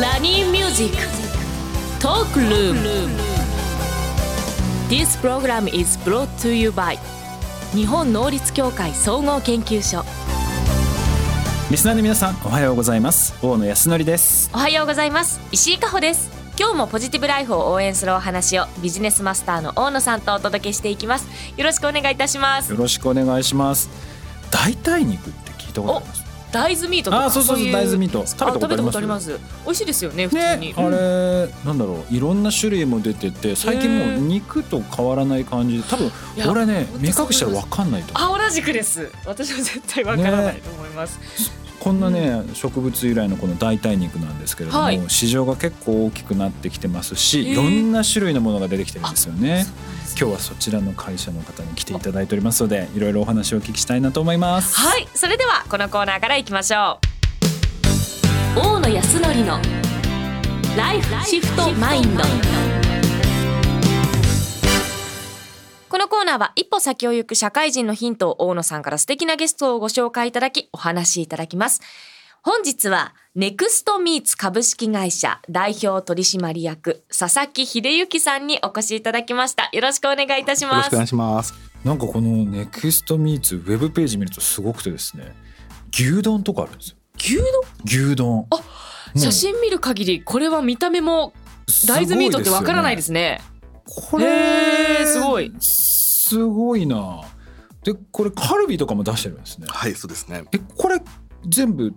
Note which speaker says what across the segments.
Speaker 1: ラニーミュージックトークルーム This program is brought to you by 日本能律協会総合研究所
Speaker 2: リスナーの皆さんおはようございます大野康則です
Speaker 1: おはようございます石井加穂です今日もポジティブライフを応援するお話をビジネスマスターの大野さんとお届けしていきますよろしくお願いいたします
Speaker 2: よろしくお願いします代替肉って聞いたことあります
Speaker 1: 大豆ミートとか
Speaker 2: あそうそうそう
Speaker 1: い
Speaker 2: 大豆ミート
Speaker 1: あ
Speaker 2: 食べたことあります
Speaker 1: 食べたことあります美味しいですよね普通に、
Speaker 2: ね、あれ、なんだろういろんな種類も出てて最近もう肉と変わらない感じで多分
Speaker 1: いや
Speaker 2: 俺ね
Speaker 1: 本当
Speaker 2: 目
Speaker 1: そう思い
Speaker 2: 隠
Speaker 1: ます
Speaker 2: したら分かんないと思
Speaker 1: あ同じくです私は絶対わからないと思います、
Speaker 2: うこんなね、植物由来のこの代替肉なんですけれども、
Speaker 1: はい
Speaker 2: 市場が結構大きくなってきてます
Speaker 1: へえ
Speaker 2: しいろんな種類のものが出てきてるんですよね
Speaker 1: そうなんですね
Speaker 2: 今日はそちらの会社の方に来ていただいておりますのでいろいろお話をお聞きしたいなと思います
Speaker 1: はいそれではこのコーナーからいきましょう大野康則のライフシフトマインドこのコーナーは一歩先を行く社会人のヒントを大野さんから素敵なゲストをご紹介いただきお話しいただきます本日はネクストミーツ株式会社代表取締役佐々木秀幸さんにお越しいただきましたよろしくお願いいたし
Speaker 3: よろ
Speaker 1: ま
Speaker 3: しく
Speaker 1: す
Speaker 3: お願いします。
Speaker 2: なんかこのネクストミーツウェブページ見るとすごくてですね牛丼とかあるんですよ
Speaker 1: 牛丼
Speaker 2: 牛丼
Speaker 1: あ写真見る限りこれは見た目も大豆ミートってわからないですすね。
Speaker 2: よねこれ
Speaker 1: へーすごい
Speaker 2: すごいなでこれカルビとかも出してるんですね
Speaker 3: はい、そうですね。
Speaker 2: えこれ全部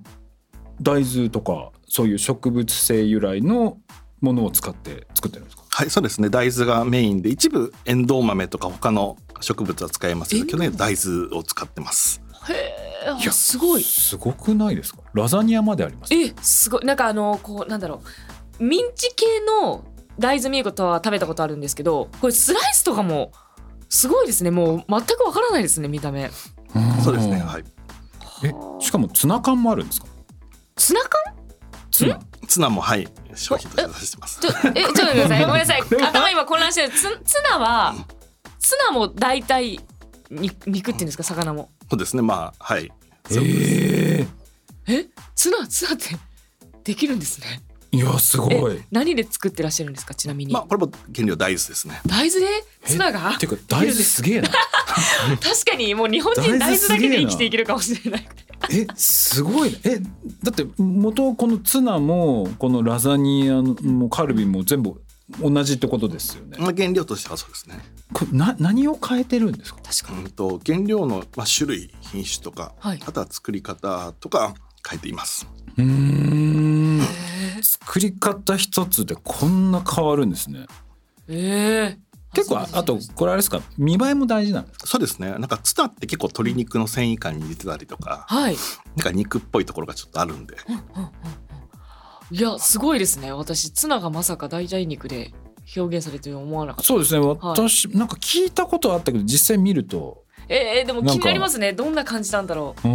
Speaker 2: 大豆とかそういう植物性由来のものを使って作ってるんですか
Speaker 3: はい、そうですね。大豆がメインで、一部エンドウ豆とか他の植物は使えますけ
Speaker 1: エ
Speaker 3: ど、
Speaker 1: ン
Speaker 3: 去
Speaker 1: ドウ
Speaker 3: 年大豆を使ってます。
Speaker 1: へーすごい。
Speaker 2: すごくないですかラザニアまであります
Speaker 1: えすごいなんかあのこうなんだろうミンチ系の大豆ミートは食べたことあるんですけどこれスライスとかもすごいですねもう全くわからないですね見た目。
Speaker 3: そうですね。
Speaker 2: ん
Speaker 3: はい。
Speaker 2: えしかもツナ缶もあるんですか
Speaker 1: ツナ缶
Speaker 2: ツナ
Speaker 3: ツナもはい、商品として出してます
Speaker 1: ち。ょえちょっと待ってください ごめんなさい頭今混乱してるツツナはツナも大体に肉っていうんですか魚も。
Speaker 3: そうですね。まあはい。そうです
Speaker 2: えー
Speaker 1: えツナツナってできるんですね。
Speaker 2: いやすごい
Speaker 1: え何で作ってらっしゃるんですかちなみに。
Speaker 3: まあこれも原料大豆ですね。
Speaker 1: 大豆でツナが
Speaker 2: ていうか大豆すげえ な
Speaker 1: 確かにもう日本人大豆
Speaker 2: 大豆
Speaker 1: だ
Speaker 2: す
Speaker 1: け
Speaker 2: げえな
Speaker 1: で生きていけるかもしれない。
Speaker 2: えすごいなえだって元このツナもこのラザニアもカルビも全部同じってことですよね
Speaker 3: まあ原料としてはそうですね。
Speaker 2: これな何を変えてるんですか
Speaker 1: 確か
Speaker 3: う
Speaker 1: に。
Speaker 3: んと原料のまあ種類、品種とか、
Speaker 1: はい
Speaker 3: あとは作り方とか変えています。
Speaker 2: うーん作り方一つでこんな変わるんですね
Speaker 1: ええ
Speaker 2: 結構ああとこれあれですか見栄えも大事なんですか
Speaker 3: そうですね。なんかツナって結構鶏肉の繊維感に似てたりとか、
Speaker 1: はい。
Speaker 3: なんか肉っぽいところがちょっとあるんで。
Speaker 1: いやすごいですね。私ツナがまさか代替肉で表現されてると思わなかった。
Speaker 2: そうですね
Speaker 1: はい
Speaker 2: 私、なんか聞いたことはあったけど実際見ると
Speaker 1: ええでも
Speaker 2: なんか
Speaker 1: 気になりますね。どんな感じなんだろう。
Speaker 2: う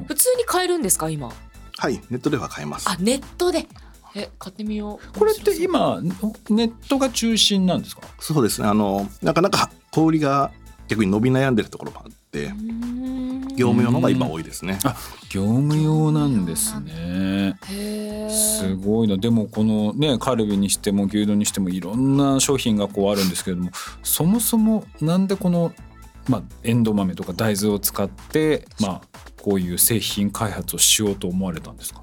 Speaker 2: ん
Speaker 1: 普通に買えるんですか今。
Speaker 3: はい、ネットでは買えます
Speaker 1: あ。ネットで。え買ってみよう。
Speaker 2: これって今ネットが中心なんですか
Speaker 3: そうですね。あのなかなか小売りが逆に伸び悩んでるところもあって
Speaker 1: う、ーん。
Speaker 3: 業務用の方が今多いですね。
Speaker 2: 業務用なんですね
Speaker 1: へえ。
Speaker 2: すごいなでもこのねカルビにしても牛丼にしてもいろんな商品がこうあるんですけれどもそもそもなんでこの、まあ、エンドウ豆とか大豆を使って、まあ、こういう製品開発をしようと思われたんですか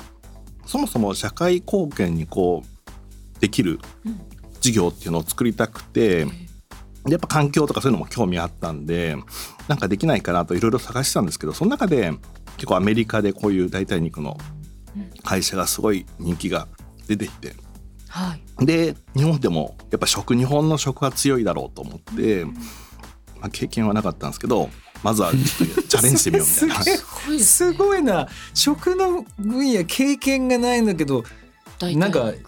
Speaker 3: そもそも社会貢献にこうできる
Speaker 1: うん
Speaker 3: 事業っていうのを作りたくて、やっぱ環境とかそういうのも興味あったんで、なんかできないかなといろいろ探してたんですけど、その中で結構アメリカでこういう代替肉の会社がすごい人気が出てきて、
Speaker 1: はい。
Speaker 3: で日本でもやっぱ食日本の食は強いだろうと思って、まあ、経験はなかったんですけどまずはちょっとチャレンジしてみようみたいな
Speaker 2: すげえ
Speaker 1: すごいですね。
Speaker 2: いな食の分野経験がないんだけど
Speaker 1: 代替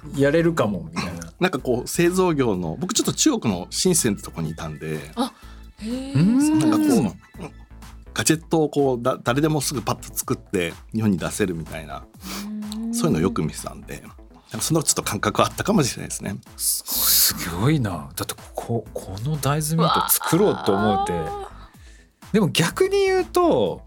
Speaker 1: 肉
Speaker 2: やれるかもみたいな。
Speaker 3: なんかこう製造業の僕ちょっと中国の深センってとこにいたんで
Speaker 1: へえ
Speaker 2: うん
Speaker 1: そう
Speaker 3: なんかこう、
Speaker 2: うん
Speaker 3: ガジェットをこうだ誰でもすぐパッと作って日本に出せるみたいなそういうのをよく見てたんで。なんかそのちょっと感覚はあったかもしれないですね。
Speaker 2: すごいなだってここの大豆ミート作ろうと思うて。
Speaker 1: わあ
Speaker 2: でも逆に言うと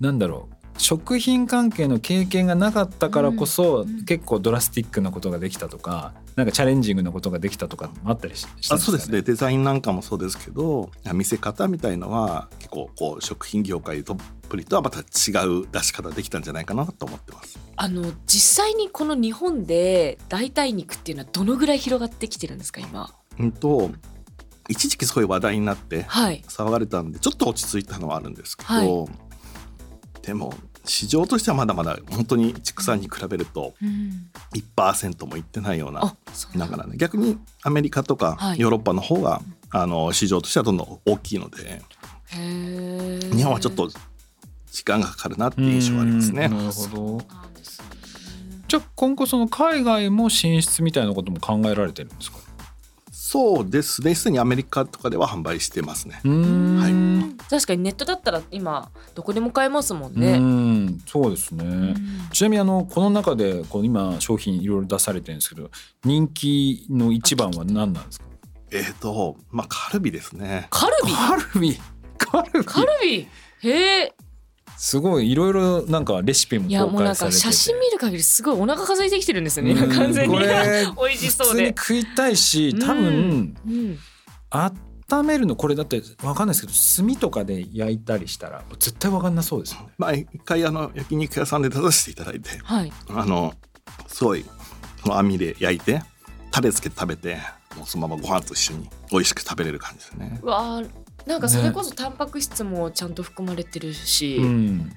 Speaker 2: なんだろう食品関係の経験がなかったからこそ、
Speaker 1: うんうん
Speaker 2: 結構ドラスティックなことができたとかなんかチャレンジングなことができたとかもあったりしした
Speaker 3: あ
Speaker 2: ん
Speaker 3: そうです
Speaker 2: か
Speaker 3: ねデザインなんかもそうですけど見せ方みたいのは結構こう食品業界トップリとはまた違う出し方できたんじゃないかなと思ってます。
Speaker 1: あの実際にこの日本で代替肉っていうのはどのぐらい広がってきてるんですか今
Speaker 3: うんと一時期すごい話題になって
Speaker 1: はい
Speaker 3: 騒がれたんでちょっと落ち着いたのはあるんですけど、
Speaker 1: は
Speaker 3: でも市場としてはまだまだ本当に畜産に比べると1%もいってないような
Speaker 1: あそうな
Speaker 3: だ
Speaker 1: ん
Speaker 3: か
Speaker 1: だ
Speaker 3: らね逆にアメリカと
Speaker 1: は
Speaker 3: か
Speaker 1: い
Speaker 3: ヨーロッパの方が、あの市場としてはどんどん大きいので
Speaker 1: へー
Speaker 3: 日本はちょっと時間がかかるなっていう印象がありますね。
Speaker 2: うんなるほど
Speaker 1: なんですね
Speaker 2: じゃあ今後その海外も進出みたいなことも考えられてるんですか
Speaker 3: そうですね。すでにアメリカとかでは販売してますね。
Speaker 2: うーん
Speaker 3: はい
Speaker 2: うん
Speaker 1: 確かにネットだったら今どこでも買えますもんね。
Speaker 2: んそうですね、
Speaker 1: うん
Speaker 2: ちなみにあのこの中でこう今商品いろいろ出されてるんですけど人気の一番は何なんですか
Speaker 3: えっ、と、まあカルビですね。
Speaker 1: カルビ
Speaker 2: カルビカルビ
Speaker 1: カルビへえ
Speaker 2: すごいいろいろなんかレシピも
Speaker 1: いや
Speaker 2: 公
Speaker 1: もうなん
Speaker 2: 開さ
Speaker 1: か
Speaker 2: れてて
Speaker 1: 写真見る限りすごいお腹が空いてきてるんですよね
Speaker 2: う
Speaker 1: 今
Speaker 2: ん
Speaker 1: 完全に
Speaker 2: これ
Speaker 1: 美味し
Speaker 2: 普
Speaker 1: そう
Speaker 2: 通に
Speaker 1: で。
Speaker 2: 食いたいし多分
Speaker 1: うん
Speaker 2: 温めるのこれだってわかんないですけど炭とかで焼いたりしたら絶対わかんなそうですよね
Speaker 3: まあ一回あの焼肉屋さんで出させていただいて、
Speaker 1: はい
Speaker 3: あのすごいその網で焼いてタレつけて食べて、もうそのままご飯と一緒に美味しく食べれる感じですね。
Speaker 1: うわーなんかそれこそタンパク質もちゃんと含まれてるし、
Speaker 2: うん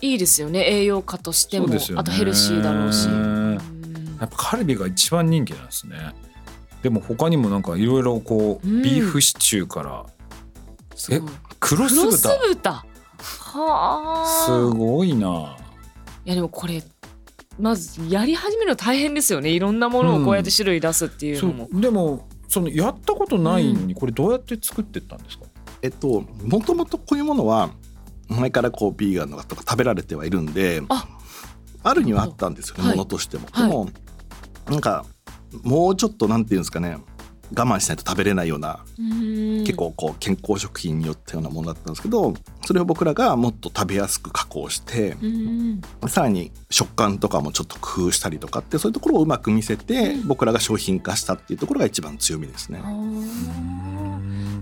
Speaker 1: いいですよね栄養価としても、
Speaker 2: そうですよね
Speaker 1: あとヘルシーだろうし。
Speaker 2: うん
Speaker 1: うん
Speaker 2: やっぱカルビが一番人気なんですねでも他にもなんかいろいろこう
Speaker 1: うん
Speaker 2: ビーフシチューから
Speaker 1: すごい
Speaker 2: 黒酢
Speaker 1: 黒酢
Speaker 2: 豚
Speaker 1: 豚はあ
Speaker 2: すごいない
Speaker 1: やでもこれまずやり始めるの大変ですよねいろんなものをこうやって種類出すっていう
Speaker 2: そ
Speaker 1: のも、
Speaker 2: うでもそのやったことないのにこれどうやって作ってったんですか
Speaker 3: えっともともとこういうものは前からこうビーガンの方とか食べられてはいるんで
Speaker 1: あ
Speaker 3: あるにはあったんですよね、
Speaker 1: はい
Speaker 3: ものとしても。
Speaker 1: はい
Speaker 3: でもなんかもうちょっとなんていうんですかね我慢しないと食べれないような結構こう健康食品によったようなものだったんですけどそれを僕らがもっと食べやすく加工して
Speaker 1: うん
Speaker 3: さらに食感とかもちょっと工夫したりとかってそういうところをうまく見せて
Speaker 1: うん
Speaker 3: 僕らが商品化したっていうところが一番強みですね。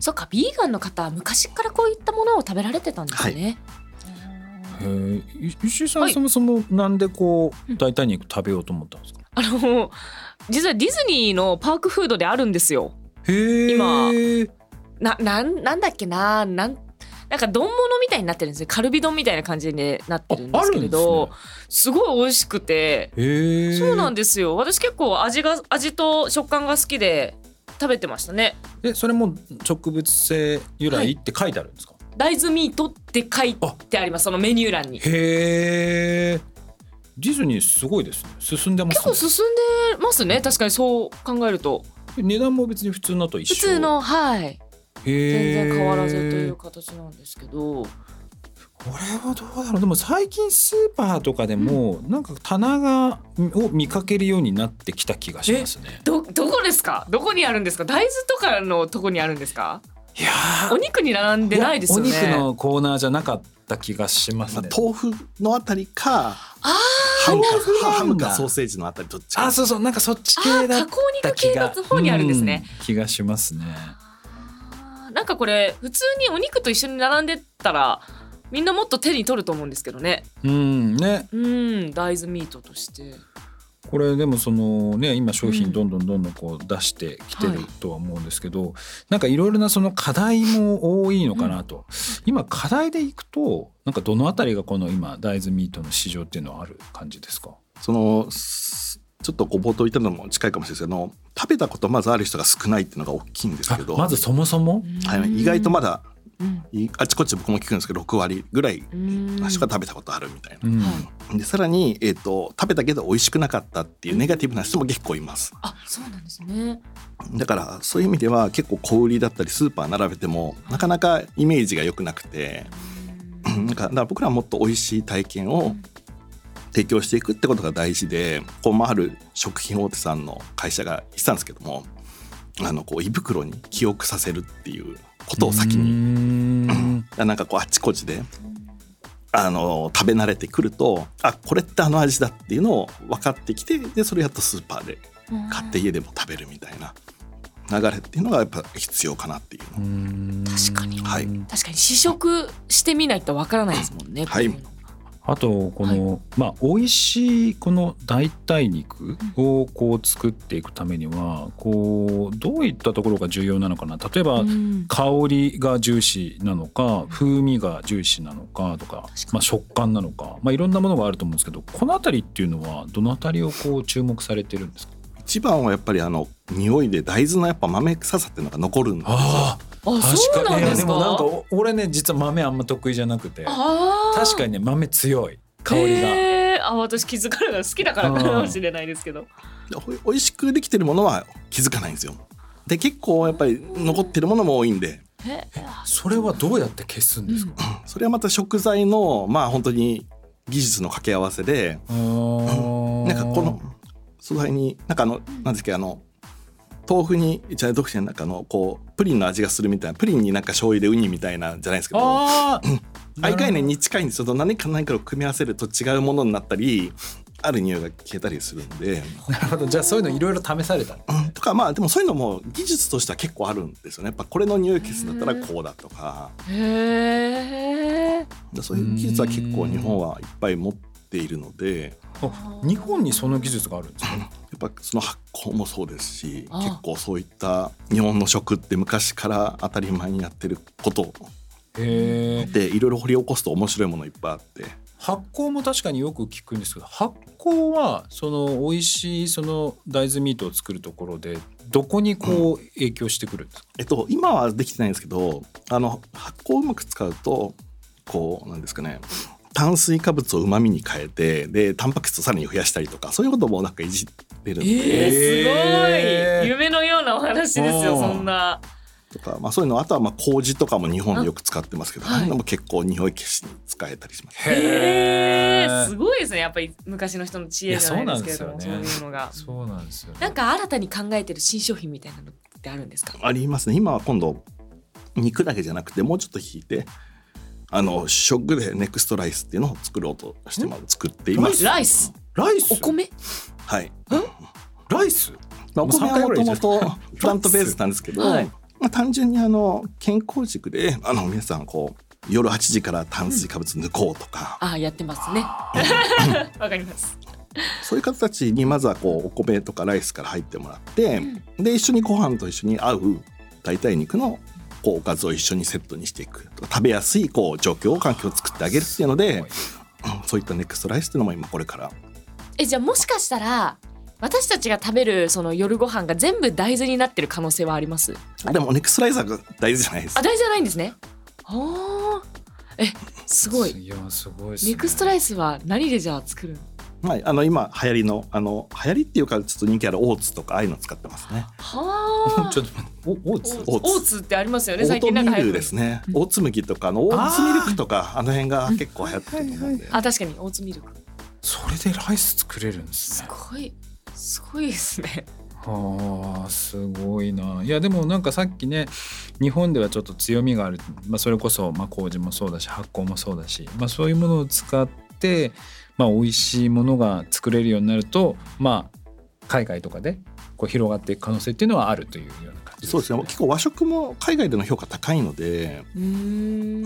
Speaker 1: そっかビーガンの方は昔からこういったものを食べられてたんですね、
Speaker 2: へーい石井さん、
Speaker 1: はい
Speaker 2: そもそもなんでこ
Speaker 1: う
Speaker 2: うん代替肉食べようと思ったんですか、
Speaker 1: あの実はディズニーのパークフードであるんですよ
Speaker 2: へえ
Speaker 1: 今ななんなんだっけななんなんか丼物みたいになってるんですねカルビ丼みたいな感じになってるんですけれどすごい美味しくて
Speaker 2: ね、へえ
Speaker 1: そうなん
Speaker 2: で
Speaker 1: ですよ。私結構味が味と食感が好きで食べてましたね。
Speaker 2: えそれも植物性由来って書いてあるんですか、
Speaker 1: 大豆ミートって書いてあります。そのメニュー欄に。
Speaker 2: へえディズニーすごいですね進んでま
Speaker 1: 結
Speaker 2: すね
Speaker 1: 構進んでますね。確かにそう考えると
Speaker 2: 値段も別に普通のと一
Speaker 1: 普
Speaker 2: 緒
Speaker 1: 通のはい全
Speaker 2: 全
Speaker 1: 然変わらずという形なんですけど、
Speaker 2: これはどうだろうでも最近スーパーとかでもなんか棚がを見かけるようになってきた気がしますね
Speaker 1: どどこですか？どこにあるんですか？大豆とかのとこにあるんですか？
Speaker 2: いやー
Speaker 1: お肉に並んでないですよね。
Speaker 2: お肉のコーナーじゃなかった気がします
Speaker 3: まあ
Speaker 2: ね。
Speaker 3: 豆腐のあたりかハムか
Speaker 2: 豆腐なんだ
Speaker 3: ハムかソーセージのあたりどっちか
Speaker 2: あ、そうそう、なんかそっち
Speaker 1: あ
Speaker 2: 系
Speaker 1: ー
Speaker 2: だ
Speaker 1: 加
Speaker 2: っ
Speaker 1: 工
Speaker 2: た
Speaker 1: 肉
Speaker 2: 気
Speaker 1: 系
Speaker 2: が
Speaker 1: の。方にあるんですね。
Speaker 2: うん。気がしますね。
Speaker 1: あーなんかこれ普通にお肉と一緒に並んでったらみんなもっと手に取ると思うんですけどね
Speaker 2: うん、ね、
Speaker 1: うん大豆ミートとして
Speaker 2: これでもそのね、今商品どんどんどんどんこう出してきて
Speaker 1: は
Speaker 2: る
Speaker 1: い
Speaker 2: とは思うんですけど、なんかいろいろなその課題も多いのかなと。今課題でいくと、なんかどのあたりがこの今大豆ミートの市場っていうのはある感じですか。
Speaker 3: そのすちょっとこう冒頭言ったのも近いかもしれないですけどあの食べたことまずある人が少ないっていうのが大きいんですけど
Speaker 2: まずそもそも。
Speaker 3: はい、意外とまだ
Speaker 1: うん
Speaker 3: いあちこち僕も聞くんですけど6割ぐらい
Speaker 1: うん
Speaker 3: の人が食べたことあるみたい
Speaker 2: うん
Speaker 1: はい
Speaker 3: なでさらに、えー、と食べたけど美味しくなかったっていうネガティブな人も結構います
Speaker 1: あそうなんですね
Speaker 3: だからそういう意味では結構小売りだったりスーパー並べてもなかなかイメージが良くなくてうんなんかだから僕らはもっと美味しい体験を提供していくってことが大事でこうまあある食品大手さんの会社が言ってたんですけどもあのこう胃袋に記憶させるっていうことを先に
Speaker 2: に。
Speaker 3: なんかこうあっちこちであの食べ慣れてくるとあこれってあの味だっていうのを分かってきてでそれやっとスーパーで買って家でも食べるみたいな流れっていうのがやっぱ必要かなっていうの
Speaker 1: 確かに
Speaker 3: はい
Speaker 1: 確かに試食してみないとわからないですもんね。
Speaker 3: はい
Speaker 1: こううの
Speaker 2: あとこの、まあ美味しいこの代替肉をこう作っていくためにはこうどういったところが重要なのかな例えば
Speaker 1: うん
Speaker 2: 香りが重視なのか風味が重視なのかとか
Speaker 1: 確かに
Speaker 2: まあ、食感なのか、まあ、いろんなものがあると思うんですけどこの辺りっていうのはどの辺りをこう注目されてるんですか
Speaker 3: 一番はやっぱりあの匂いで大豆のやっぱ豆臭さっていうのが残るんですよ
Speaker 1: あ、そうなん
Speaker 2: い
Speaker 1: で
Speaker 2: や
Speaker 1: す
Speaker 2: で
Speaker 1: か。
Speaker 2: もなんかお俺ね実は豆あんま得意じゃなくて
Speaker 1: あー
Speaker 2: 確かにね豆強い香りが。
Speaker 1: へーあ、私気づかないから好きだからかもしれないですけど。
Speaker 3: でおい美味しくできてるものは気づかないんですよで結構やっぱり残ってるものも多いんで
Speaker 1: え、
Speaker 2: それはどうやって消すんですか、
Speaker 3: それはまた食材のまあ本当に技術の掛け合わせで
Speaker 2: な
Speaker 3: なんかこの素材になんかあのなんですっけあの豆腐にじゃあどうしてなんかあのこうプリンの味がするみたいなプリンになんか醤油でウニみたいなんじゃないですけど
Speaker 2: あーなる
Speaker 3: 相
Speaker 2: ほど
Speaker 3: 概念に近いんですよ何か何かを組み合わせると違うものになったりある匂いが消えたりするんで、
Speaker 2: なるほどじゃあそういうのいろいろ試された
Speaker 3: うんとかまあでもそういうのも技術としては結構あるんですよねやっぱこれの匂い消すんだったらこうだとか
Speaker 1: へえ。
Speaker 3: そういう技術は結構日本はいっぱい持っているので
Speaker 2: あ日本にその技術があるんですか
Speaker 3: やっぱその発酵もそうですし
Speaker 1: ああ
Speaker 3: 結構そういった日本の食って昔から当たり前にやってること
Speaker 2: へえ
Speaker 3: でいろいろ掘り起こすと面白いものいっぱいあって
Speaker 2: 発酵も確かによく聞くんですけど発酵はその美味しいその大豆ミートを作るところでどこにこう影響してくるんですか、
Speaker 3: えっと今はできてないんですけどあの発酵をうまく使うとこうなんですかね炭水化物をうまみに変えてでタンパク質をさらに増やしたりとかそういうこともなんかいじってるんで、
Speaker 1: えー、す
Speaker 2: へー
Speaker 1: ごい夢のようなお話ですよ
Speaker 2: うん
Speaker 1: そんな
Speaker 3: とか、まあ、そういうのあとはまあ麹とかも日本でよく使ってますけど
Speaker 1: あはい
Speaker 3: ああいうのも結構匂い消しに使えたりします。
Speaker 1: え
Speaker 2: へ
Speaker 1: ー、
Speaker 2: ー
Speaker 1: すごいですねやっぱり昔の人の知恵じゃないですけれどもそ,、
Speaker 2: いうや
Speaker 1: い
Speaker 2: そうなんですよね
Speaker 1: うのが
Speaker 2: そうなんですよね
Speaker 1: なんか新たに考えてる新商品みたいなのってあるんですか
Speaker 3: ありますね今は今度肉だけじゃなくてもうちょっと引いてあの食でネクストライスっていうのを作ろうとしてまあ作っています。
Speaker 1: ライス
Speaker 2: ライス
Speaker 1: お米
Speaker 3: はい
Speaker 2: ライス
Speaker 3: まあ、
Speaker 2: も
Speaker 3: お
Speaker 2: う
Speaker 3: 米
Speaker 2: 三
Speaker 3: は
Speaker 2: 回
Speaker 3: も
Speaker 2: ぐら
Speaker 3: と
Speaker 2: いじゃ
Speaker 3: も
Speaker 2: ん
Speaker 3: とプラントベースなんですけど、
Speaker 1: はい
Speaker 3: まあ、単純にあの健康軸であの皆さんこう夜8時から炭水化物抜こうとか、
Speaker 1: あやってますね わかります
Speaker 3: そういう方たちにまずはこうお米とかライスから入ってもらって、で一緒にご飯と一緒に合う代替肉のこうおかずを一緒にセットにしていくとか食べやすいこう状況環境を作ってあげるっていうので、うんそういったネクストライスっていうのも今これから
Speaker 1: えじゃあもしかしたら私たちが食べるその夜ご飯が全部大豆になってる可能性はあります
Speaker 3: でもネクストライスは大事じゃないです
Speaker 1: あ大豆じゃないんですねあーえすごい
Speaker 2: いやすごいですね
Speaker 1: ネクストライスは何でじゃあ作るの
Speaker 3: はい、あの今流行りのあの流行りっていうかちょっと人気あるオーツとかああいうの使ってますね。
Speaker 1: はあ
Speaker 2: ちょっと待っておオーツ
Speaker 1: オーツオーツってありますよね最
Speaker 3: オ
Speaker 1: 近
Speaker 3: ート
Speaker 1: なん
Speaker 3: ミ
Speaker 1: か
Speaker 3: ー
Speaker 1: 流行
Speaker 3: ル
Speaker 1: って
Speaker 3: で
Speaker 1: ます
Speaker 3: すね。オーツ麦とかあのオーツミルクとかあの辺が結構流行ってると思うんで。
Speaker 1: あ確かにオーツミルク
Speaker 2: それでライス作れるんです
Speaker 1: す
Speaker 2: ね
Speaker 1: ごいすごいですね
Speaker 2: はあすごいないやでもなんかさっきね日本ではちょっと強みがある、まあ、それこそ、まあ、麹もそうだし発酵もそうだし、まあ、そういうものを使って、まあ、美味しいものが作れるようになるとまあ海外とかでこう広がっていく可能性っていうのはあるというような感じ
Speaker 3: そうですね。結構和食も海外での評価高いので、
Speaker 1: うー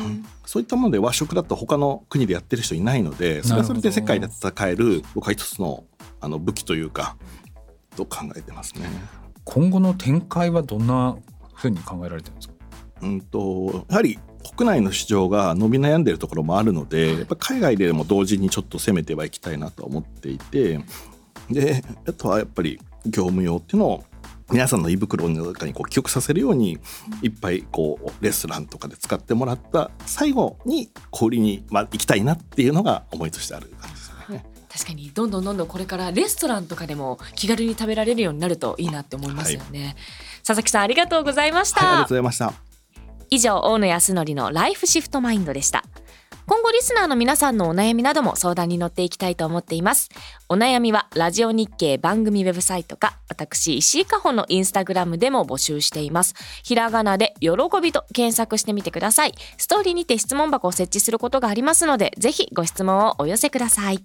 Speaker 1: ん
Speaker 3: そういったもので和食だと他の国でやってる人いないので、それはそれで世界で戦える僕は一つのあの武器というかと考えてますね。
Speaker 2: 今後の展開はどんなふうに考えられてるんですか
Speaker 3: うんとやはり国内の市場が伸び悩んでるところもあるのでやっぱ海外でも同時にちょっと攻めてはいきたいなとは思っていてであとはやっぱり業務用っていうのを皆さんの胃袋の中にこう記憶させるようにいっぱいこうレストランとかで使ってもらった最後に小売りに、まあ、行きたいなっていうのが思いとしてある感じですよね。
Speaker 1: 確かにどんどんどんどんこれからレストランとかでも気軽に食べられるようになるといいなって思いますよね、佐々木さんありがとうございました、
Speaker 3: はい、ありがとうございました
Speaker 1: 以上大野康則のライフシフトマインドでした今後リスナーの皆さんのお悩みなども相談に乗っていきたいと思っていますお悩みはラジオ日経番組ウェブサイトか私石井加穂のインスタグラムでも募集していますひらがなで喜びと検索してみてくださいストーリーにて質問箱を設置することがありますのでぜひご質問をお寄せください